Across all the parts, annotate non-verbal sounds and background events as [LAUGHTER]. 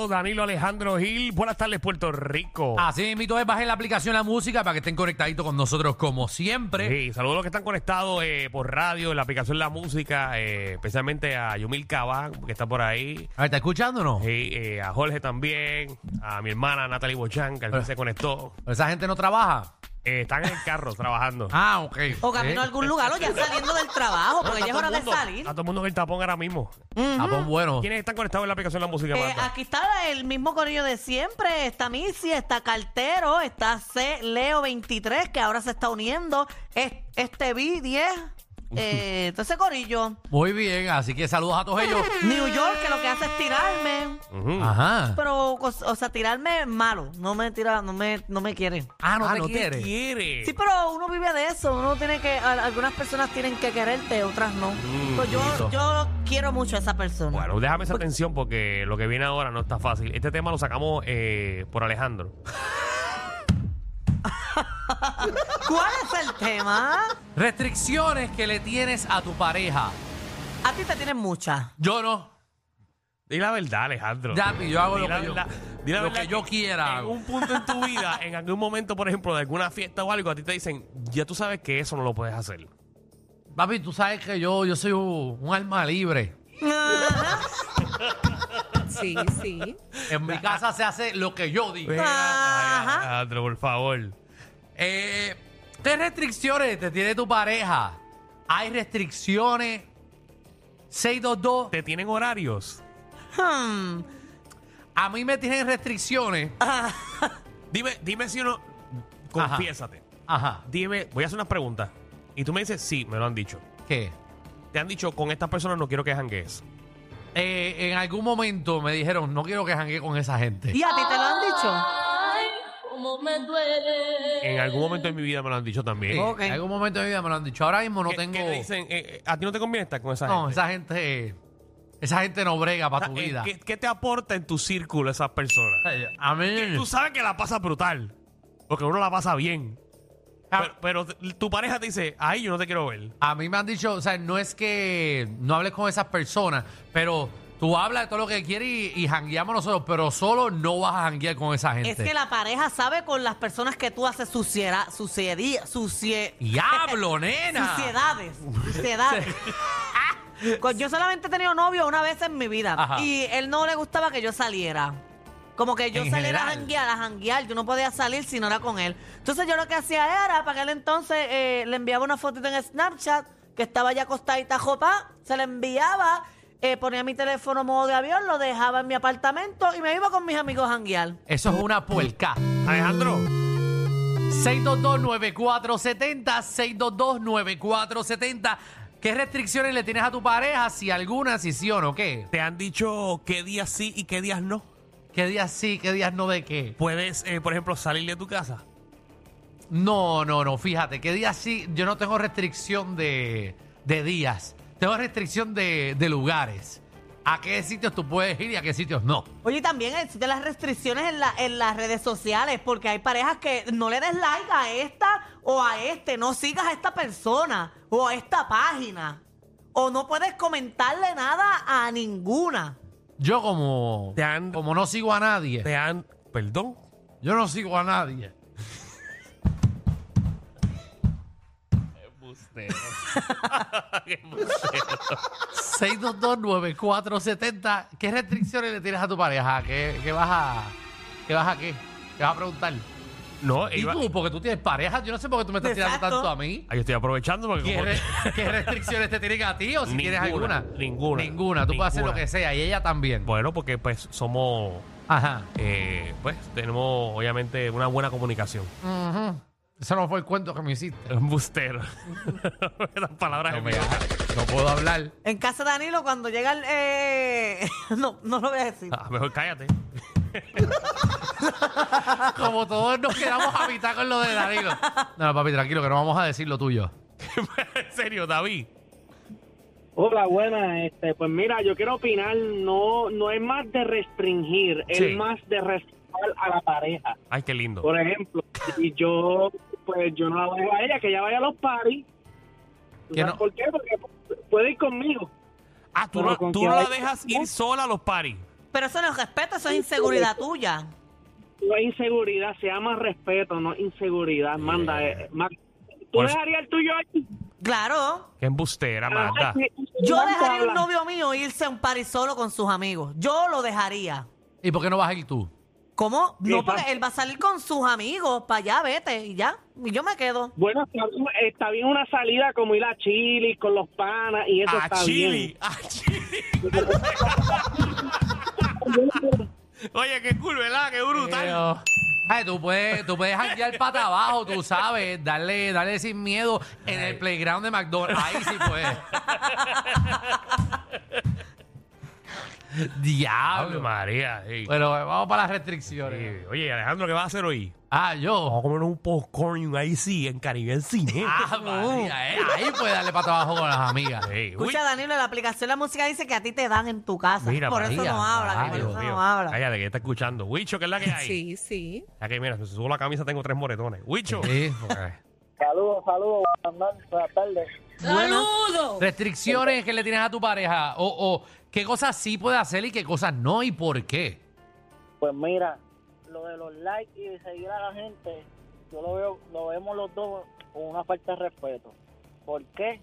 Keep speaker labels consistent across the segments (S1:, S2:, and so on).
S1: Danilo Alejandro Gil. Buenas tardes, Puerto Rico.
S2: Así invito es, bajen la aplicación La Música para que estén conectaditos con nosotros como siempre.
S1: Sí, saludos a los que están conectados eh, por radio, en la aplicación La Música, eh, especialmente a Yumil Cabán, que está por ahí.
S2: A ver, ¿está escuchándonos?
S1: Sí, eh, a Jorge también, a mi hermana Natalie Bochan, que al fin se conectó.
S2: Esa gente no trabaja.
S1: Eh, están en el carro
S3: [LAUGHS]
S1: trabajando.
S2: Ah, ok.
S3: O camino a
S2: Sí.
S3: algún lugar o ya saliendo del trabajo, porque ya es hora de salir.
S1: A ¿Eh? todo el mundo en el tapón ahora mismo.
S2: Ah, pues bueno.
S1: ¿Quiénes están conectados en la aplicación La Música,
S3: Eh,
S1: Marta?
S3: aquí está el mismo corillo de siempre. Está Missy, está Cartero, está C. Leo 23, que ahora se está uniendo. Es- Este B
S1: [LAUGHS]
S3: 10. Eh, todo ese corillo.
S2: Muy bien, así que saludos a todos ellos.
S3: New York, que lo que hace es tirarme.
S1: Ujú.
S2: Ajá.
S3: Pero, o, o sea, tirarme malo. No me tira, no me, no me quieren.
S2: Ah, no
S1: Ah,
S2: te
S1: no
S2: quiere.
S1: te quiere.
S3: Sí, pero uno vive de eso. Uno tiene que. a- Algunas personas tienen que quererte, otras no. Pues yo, yo quiero mucho a esa persona.
S1: Mm, Bueno, déjame esa atención porque lo que viene ahora no está fácil. Este tema lo sacamos eh, por Alejandro.
S3: ¿Cuál es el tema?
S2: Restricciones que le tienes a tu pareja.
S3: A ti te tienen muchas.
S2: Yo no.
S1: Di la verdad, Alejandro.
S2: Yapi, yo hago
S1: Di
S2: lo
S1: la
S2: que yo-
S1: verdad, di la
S2: lo
S1: verdad
S2: que yo quiera.
S1: En un punto en tu vida, en algún momento, por ejemplo, de alguna fiesta o algo, a ti te dicen, ya tú sabes que eso no lo puedes hacer.
S2: Papi, tú sabes que yo, yo soy un un alma libre.
S4: Sí, sí.
S2: En mi casa se hace lo que yo digo.
S3: Ajá.
S1: Ay, Alejandro, por favor.
S2: Eh, ¿Qué restricciones te tiene tu pareja? ¿Hay restricciones? 622.
S1: ¿Te tienen horarios?
S3: Hmm.
S2: A mí me tienen restricciones.
S1: Dime, dime si uno. Confiésate.
S2: Ajá.
S1: Dime, voy a hacer unas preguntas. Y tú me dices, sí, me lo han dicho.
S2: ¿Qué?
S1: Te han dicho, con estas personas no quiero que janguees.
S2: Eh, en algún momento me dijeron, no quiero que jangue con esa gente.
S3: ¿Y a ti te lo han dicho?
S5: Ay, cómo me duele.
S1: En algún momento de mi vida me lo han dicho también.
S2: Sí,
S3: ok.
S2: Eh, En algún momento de mi vida me lo han dicho. Ahora mismo no
S1: Que-
S2: tengo.
S1: que te dicen, eh, eh, a ti no te conviene estar con esa
S2: no,
S1: gente.
S2: esa gente. Esa gente no brega para tu
S1: Eh,
S2: vida.
S1: ¿qué, qué te aporta en tu círculo esas personas?
S2: Ay, A mí.
S1: Tú sabes que la pasa brutal. Porque uno la pasa bien.
S2: Ah.
S1: Pero, pero tu pareja te dice, ay, yo no te quiero ver.
S2: A mí me han dicho, o sea, no es que no hables con esas personas, pero tú hablas de todo lo que quieres y, y jangueamos nosotros, pero solo no vas a janguear con esa gente.
S3: Es que la pareja sabe con las personas que tú haces suciedad, suciedad, suciedad.
S2: ¡Diablo,
S3: [LAUGHS]
S2: nena!
S3: Suciedades.
S2: [LAUGHS]
S3: Suciedades. Pues yo solamente he tenido novio una vez en mi vida
S2: Ajá.
S3: y él no le gustaba que yo saliera. Como que yo
S2: En
S3: saliera
S2: general.
S3: a janguear, a janguear, yo no podía salir si no era con él. Entonces yo lo que hacía era, para aquel entonces eh, le enviaba una fotito en Snapchat que estaba ya acostadita jopa, se la enviaba, eh, ponía mi teléfono en modo de avión, lo dejaba en mi apartamento y me iba con mis amigos a janguear.
S2: Eso es una puerca.
S1: Alejandro,
S2: 622-9470, 622-9470. ¿Qué restricciones le tienes a tu pareja? Si alguna, si sí o no, ¿qué?
S1: te han dicho qué días sí y qué días no.
S2: ¿Qué días sí, qué días no de qué?
S1: Puedes, eh, por ejemplo, salir de tu casa.
S2: No, no, no, fíjate, ¿qué días sí? Yo no tengo restricción de, de días, tengo restricción de, de lugares. ¿A qué sitios tú puedes ir y a qué sitios no?
S3: Oye, y también existen las restricciones en, la- en las redes sociales, porque hay parejas que no le des like a esta o a este, no sigas a esta persona o a esta página, o no puedes comentarle nada a ninguna.
S2: Yo como,
S1: Te han-
S2: como no sigo a nadie,
S1: Te han, perdón,
S2: yo no sigo a nadie. [LAUGHS]
S1: Qué museo.
S2: 6229470, ¿qué restricciones le tienes a tu pareja? ¿Qué, qué vas a qué vas a qué? ¿Qué vas a preguntar?
S1: no,
S2: ¿Y
S1: iba-
S2: tú? Porque tú tienes pareja, yo no sé por qué tú me estás tirando
S3: Exacto.
S2: tanto a mí.
S1: Ah, yo estoy aprovechando porque
S2: ¿Qué,
S1: como
S2: re-
S1: que-
S2: qué restricciones te tienen a ti o si tienes
S1: Ninguna,
S2: alguna?
S1: ninguna,
S2: Ninguna, tú puedes hacer lo
S1: ninguna.
S2: que sea y ella también.
S1: bueno, porque pues somos,
S2: Ajá.
S1: eh, pues tenemos obviamente una buena comunicación.
S2: Ujú. Eso no fue el cuento que me hiciste.
S1: Un bustero. [LAUGHS] Las palabras
S2: Mm. No,
S1: de
S2: me-
S1: mierda.
S2: no puedo hablar.
S3: En casa de Danilo, cuando llega el... eh, [LAUGHS] no, no lo voy a decir.
S1: Ah, mejor cállate. [LAUGHS]
S2: Como todos nos quedamos a mitad con lo de Danilo. No, papi, tranquilo, que no vamos a decir lo tuyo.
S1: en serio, David.
S6: Hola, buena. Este, pues mira, yo quiero opinar, no, no es más de restringir,
S1: Sí.
S6: es más de respetar a la pareja.
S1: Ay, qué lindo.
S6: Por ejemplo, y yo, pues yo no la dejo a ella, que ella vaya a los paris. ¿Tú
S2: Que
S6: sabes
S2: no-
S6: ¿Por qué? Porque puede ir conmigo.
S1: Ah, tú
S6: Pero
S1: no,
S6: con
S1: tú
S6: que
S1: no la
S6: hay-
S1: dejas ir sola a los paris.
S3: Pero eso no es respeto, eso es inseguridad tuya.
S6: No es inseguridad, se llama respeto, no inseguridad. Manda, eh, ma- ¿tú
S1: Por eso-
S6: dejarías el tuyo ahí? Ah,
S3: Claro.
S1: Qué
S3: Ah,
S1: embustera, Magda.
S6: Ay,
S3: Yo
S6: Magda,
S3: dejaría a un
S6: habla.
S3: novio mío irse a un party solo con sus amigos. Yo lo dejaría.
S2: ¿Y por qué no vas a ir tú?
S3: ¿Cómo? No,
S6: Exacto.
S3: porque él va a salir con sus amigos para allá, vete y ya. Y yo me quedo.
S6: Bueno, está bien- está bien una salida como ir a Chile con los panas y eso
S1: A
S6: está
S1: Chile. A Chile. [LAUGHS] Oye, qué cool, ¿verdad? Qué brutal.
S2: Pero- Ay, tú puedes, tú puedes janguear pata abajo, tú sabes, darle, darle sin miedo en el playground de McDonald's. Ahí sí puedes.
S1: Ave
S2: Diablo.
S1: María. ey.
S2: Bueno, eh, vamos para las restricciones.
S1: Eh, Oye, Alejandro, ¿qué vas a hacer hoy?
S2: Ah,
S1: Vamos a
S2: yo.
S1: comer un popcorn y un IC en Caribe en cine. [LAUGHS]
S2: Ah, María, eh, ahí puedes darle pata abajo con las amigas.
S1: Ey, uy,
S3: Escucha, Danilo, la aplicación de la música dice que a ti te dan en tu casa.
S1: Mira,
S3: por
S1: María,
S3: eso no habla,
S2: ay,
S3: que por
S2: Dios
S3: eso
S1: mío.
S3: no habla.
S1: Cállate, que está escuchando. Huicho, ¿qué es la que hay?
S4: Sí, sí.
S1: Ya que mira, si subo la camisa tengo tres moretones. Huicho. Eh,
S2: Sí, porque-
S7: Saludos, saludos, buenas, buenas tardes.
S5: ¡Saludos!
S2: Restricciones que le tienes a tu pareja o, o qué cosas sí puede hacer y qué cosas no y por qué.
S7: Pues mira, lo de los likes y de seguir a la gente, yo lo veo, lo vemos los dos con una falta de respeto. ¿Por qué?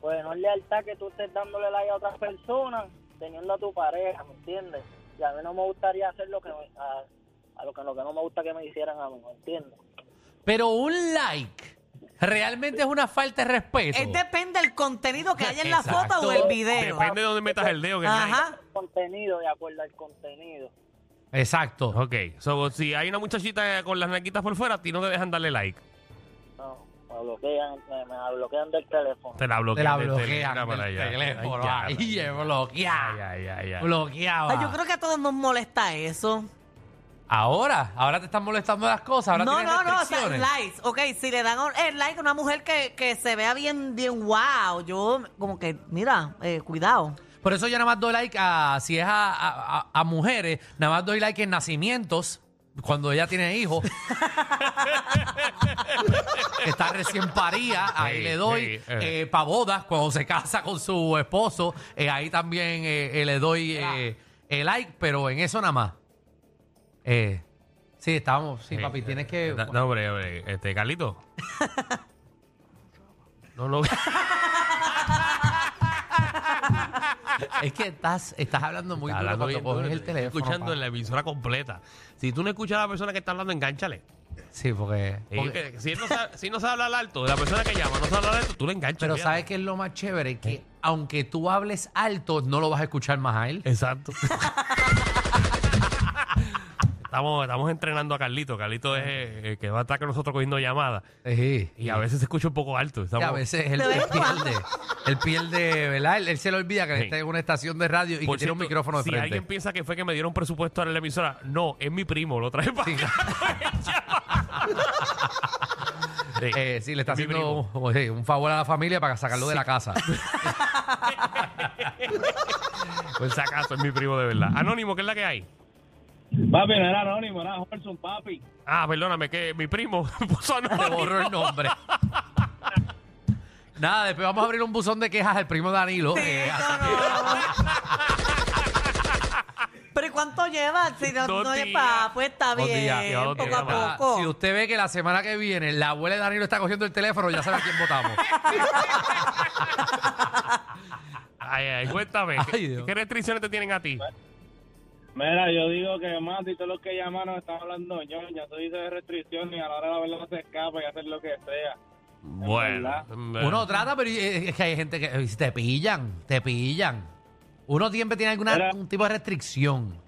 S7: Pues no es lealtad que tú estés dándole like a otras personas, teniendo a tu pareja, ¿me entiendes? Y a mí no me gustaría hacer lo que me- a, a lo que lo que no me gusta que me hicieran a mí, ¿me entiendes?
S2: Pero un like realmente es una falta de respeto.
S3: Es depende del contenido que haya en la
S2: Exacto.
S3: foto o el video.
S1: Depende de dónde metas el dedo. Que es like.
S3: Ajá.
S7: Contenido, de acuerdo al contenido.
S2: Exacto.
S1: Ok, so, si hay una muchachita con las naquitas por fuera, a ti no te dejan darle like.
S7: No, me bloquean, me, me bloquean del teléfono.
S1: Te la
S2: Te
S1: bloquean.
S2: la
S1: del
S2: bloquean
S1: teléfono
S2: del
S1: para allá.
S2: teléfono.
S1: Ay,
S2: Ahí
S1: ya,
S2: es
S1: Ay,
S2: bloqueada.
S1: ay, ay, ay.
S2: Bloqueada.
S3: Ay,
S1: Ah.
S3: yo creo que a todos nos molesta eso.
S2: Ahora, ahora te están molestando las cosas. Ahora
S3: no,
S2: tienes
S3: no, no, o sea,
S2: restricciones.
S3: likes. Ok, si le dan el like a una mujer que, que se vea bien, bien wow, yo como que, mira, eh, cuidado.
S2: Por eso yo nada más doy like a, si es a, a- a- a mujeres, nada más doy like en nacimientos, cuando ella tiene hijos. Que Está recién parida, ahí
S1: Sí,
S2: le doy.
S1: sí, eh.
S2: eh, pa' bodas, cuando se casa con su esposo, eh, ahí también eh, eh, le doy eh, el like, pero en eso nada más. Eh, sí, estamos. Sí,
S1: Eh,
S2: papi, tienes que.
S1: Da- No, hombre, hombre, este,
S2: [LAUGHS]
S1: Carlito. No, no.
S2: Es que estás, estás hablando muy
S1: Está
S2: duro
S1: hablando
S2: cuando
S1: bien
S2: coges
S1: duro,
S2: el
S1: te estoy
S2: teléfono.
S1: Escuchando
S2: pa.
S1: en la emisora completa. Si tú no escuchas a la persona que está hablando, engánchale.
S2: Sí, porque.
S1: Sí,
S2: porque-
S1: que- Si él no sabe, si no sabe hablar alto, la persona que llama no sabe hablar alto, tú le enganchas.
S2: Pero
S1: fíjate.
S2: ¿sabes qué es lo más chévere? Que
S1: ¿Eh?
S2: aunque tú hables alto, no lo vas a escuchar más a él.
S1: Exacto. [LAUGHS] estamos, estamos entrenando a Carlito. Carlito es eh, el que va a estar con nosotros cogiendo llamadas. Y a veces se escucha un poco alto.
S2: Y
S1: Estamos-
S2: a veces él,
S3: De vez
S2: él
S3: en cuando.
S2: pierde. Él pierde, ¿verdad? Él, él se le olvida que
S1: Sí.
S2: está en una estación de radio y
S1: Por
S2: que tiene un
S1: cierto,
S2: micrófono de
S1: si
S2: frente.
S1: alguien piensa que fue que me dieron presupuesto a la emisora, no, es mi primo, lo trae para
S2: Sí. [LAUGHS]
S1: Sí.
S2: Eh, sí, le está
S1: Es mi
S2: haciendo un, oye, un favor a la familia para sacarlo de la
S1: [LAUGHS]
S2: casa.
S1: Por si acaso, es mi primo de verdad. Anónimo, ¿qué es la que hay?
S6: Papi, no era anónimo, era Holson, papi.
S1: Ah, perdóname, que mi primo [LAUGHS] puso
S2: Te
S1: anónimo.
S2: borró el nombre. [LAUGHS] Nada, después vamos a abrir un buzón de quejas al primo Danilo. eh,
S3: Este, No, no, no, no. Pero ¿y cuánto lleva? Si no,
S1: Dos
S3: no es
S1: días.
S3: pa- pues está
S2: Dos
S3: bien,
S2: días,
S1: ya, dos
S3: poco
S1: días,
S3: a
S1: mamá.
S3: poco.
S2: Si usted ve que la semana que viene la abuela de Danilo está cogiendo el teléfono, ya sabe a quién votamos.
S1: Ay, ay, cuéntame. ¿qué-
S2: Ay, Dios.
S1: ¿Qué restricciones te tienen a ti?
S6: Mira, yo digo que más y todos los que llamaron están hablando ñoña. Tú dices de restricciones y a la hora de la verdad se escapa y hacer lo que sea.
S1: Bueno,
S6: verdad.
S1: bueno.
S2: Uno trata, pero eh, es que hay gente que eh, te pillan, te pillan. Uno siempre tiene algún
S6: Era-
S2: tipo de restricción.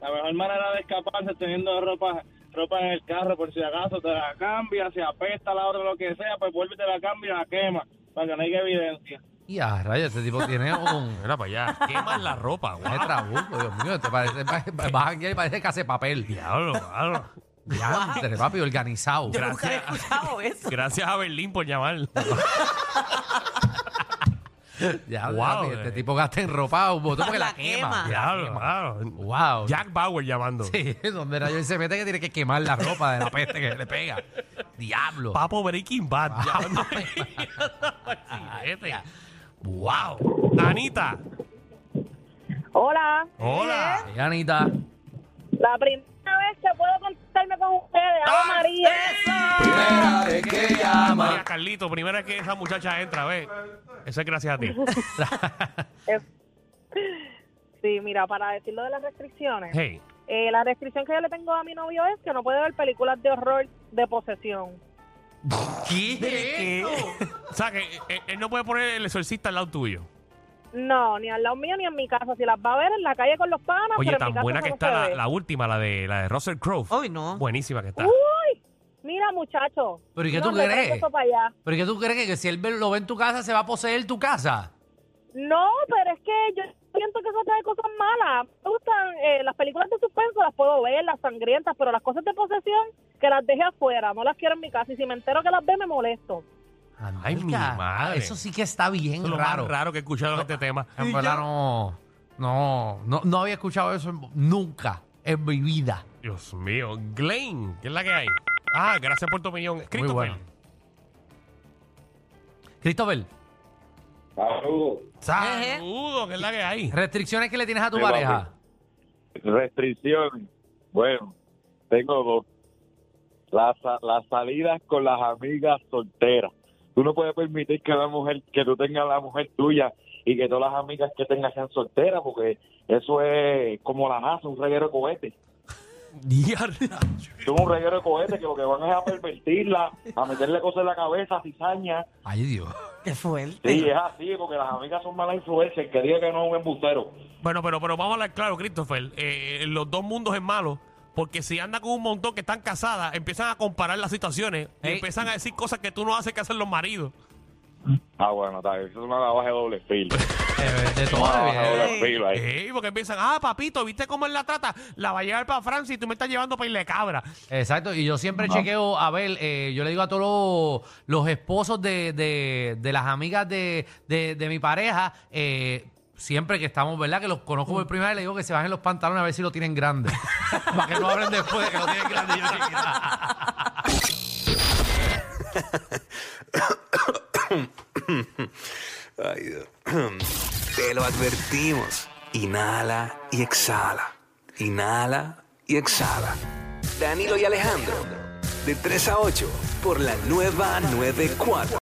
S6: La mejor manera de escaparse es teniendo ropa ropa en el carro por si acaso te la cambias, si apesta a la hora lo que sea, pues vuelve y te la cambias y la quema para que no haya evidencia.
S2: Y a rayos, este tipo tiene un...
S1: Mira para allá. Queman la ropa,
S2: tiene
S1: guau.
S2: trabuco, Dios mío, te parece, vas a janguear y parece que hace papel.
S1: Diablo, diablo.
S2: Ya, papi, organizado.
S3: Yo nunca he
S1: Gracias.
S3: escuchado eso.
S1: Gracias a Berlín por llamar.
S2: Ya,
S1: Wow,
S2: papi, este
S1: eh.
S2: tipo gasta en ropa un botón que la
S3: La
S2: quema.
S3: quema.
S1: Diablo, mano.
S2: Wow.
S1: Jack Bauer llamando.
S2: Sí, donde rayos él se mete que tiene que quemar la ropa de la peste que le pega. Diablo.
S1: Papo Breaking Bad. llamando. wow. Anita.
S4: Hola,
S1: Hola.
S2: Hey, Anita.
S4: la primera vez que puedo contestarme con ustedes.
S1: Ah,
S4: ¡Ave María!
S2: Primera vez que
S1: María Carlito, primera vez que esa muchacha entra, ve. Eso es gracias
S4: [LAUGHS]
S1: a ti.
S4: Sí, mira, para decirlo de las restricciones,
S1: Hey.
S4: eh, la restricción que yo le tengo a mi novio es que no puede ver películas de horror de posesión.
S2: ¿Qué?
S1: O sea, que eh, él, no puede poner el exorcista al lado tuyo.
S4: No, ni al lado mío ni en mi casa. Si las va a ver en la calle con los panas,
S1: Oye,
S4: pero en mi
S1: tan
S4: casa
S1: buena
S4: eso
S1: que
S4: no
S1: está
S4: se
S1: la,
S4: ve.
S1: la última, la de la de Russell Crowe.
S3: Uy, no.
S1: Buenísima que está.
S4: ¡Uy! Mira, muchacho.
S2: ¿Pero y qué
S4: no,
S2: tú
S4: le traigo
S2: crees?
S4: eso para allá.
S2: ¿Pero qué tú crees que si él ve- lo ve en tu casa se va a poseer tu casa?
S4: No, pero es que yo siento que eso trae cosas malas. Me gustan eh, las películas de suspenso, las puedo ver, las sangrientas, pero las cosas de posesión, que las deje afuera, no las quiero en mi casa. Y si me entero que las ve, me molesto.
S1: Ay, mi
S2: Antica,
S1: madre.
S2: Ah, Eso sí que está bien
S1: Eso es lo
S2: raro.
S1: más raro que he escuchado en este tema.
S2: En verdad no, no, no, no había escuchado eso en- nunca en mi vida.
S1: Dios mío. Glenn, ¿qué es la que hay? Ah, gracias por tu opinión. Christopher.
S2: bueno. Christopher,
S8: Saludos.
S1: Saludos, ¿qué es la que hay?
S2: restricciones que le tienes a tu
S8: Sí,
S2: pareja.
S8: Restricciones. Bueno, tengo dos. Las, sa- las salidas con las amigas solteras. Tú no puedes permitir que la mujer, que tú tengas la mujer tuya y que todas las amigas que tengas sean solteras, porque eso es como la NASA, un reguero de cohete.
S1: Diarra.
S8: Tú un reguero de cohete que lo que van es a pervertirla, a meterle cosas en la cabeza, cizaña.
S2: Ay, [LAUGHS] Dios.
S3: Qué fuerte.
S8: Sí, es así, porque las amigas son mala influencia. El que diga que no es un embustero.
S1: Bueno, pero, pero vamos a hablar claro, Christopher. Eh, los dos mundos es malo. Porque si anda con un montón que están casadas, empiezan a comparar las situaciones y
S2: Ey.
S1: empiezan a decir cosas que tú no haces que hacen los maridos.
S8: Ah, bueno, está bien. Eso es una navaja de doble filo.
S2: Eh, De, todo
S8: Una navaja de
S2: bien.
S8: doble filo ahí.
S1: Ey, porque empiezan, ah, papito, ¿viste cómo él la trata? La va a llevar para Francia y tú me estás llevando para Isla de Cabra.
S2: Exacto, y yo siempre chequeo, a ver, eh, yo le digo a todos los, los esposos de, de- de las amigas de, de- de mi pareja, eh, siempre que estamos, ¿verdad? Que los conozco por primera vez, le digo que se bajen los pantalones a ver si lo tienen grande. [LAUGHS] Para que no hablen después de que lo tienen grande. Y yo sé que-
S9: Ay, Dios. [CLEARS THROAT] Te lo advertimos. Inhala y exhala. Inhala y exhala. Danilo y Alejandro, de 3 a 8, por la nueva 94.